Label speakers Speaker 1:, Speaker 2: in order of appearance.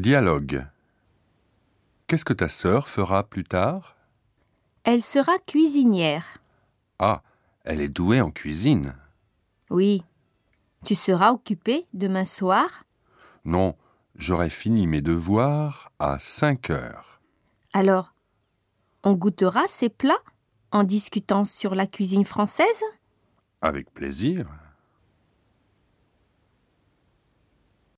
Speaker 1: Dialogue. Qu'est-ce que ta sœur fera plus tard
Speaker 2: Elle sera cuisinière.
Speaker 1: Ah, elle est douée en cuisine.
Speaker 2: Oui. Tu seras occupé demain soir
Speaker 1: Non, j'aurai fini mes devoirs à 5 heures.
Speaker 2: Alors, on goûtera ces plats en discutant sur la cuisine française
Speaker 1: Avec plaisir.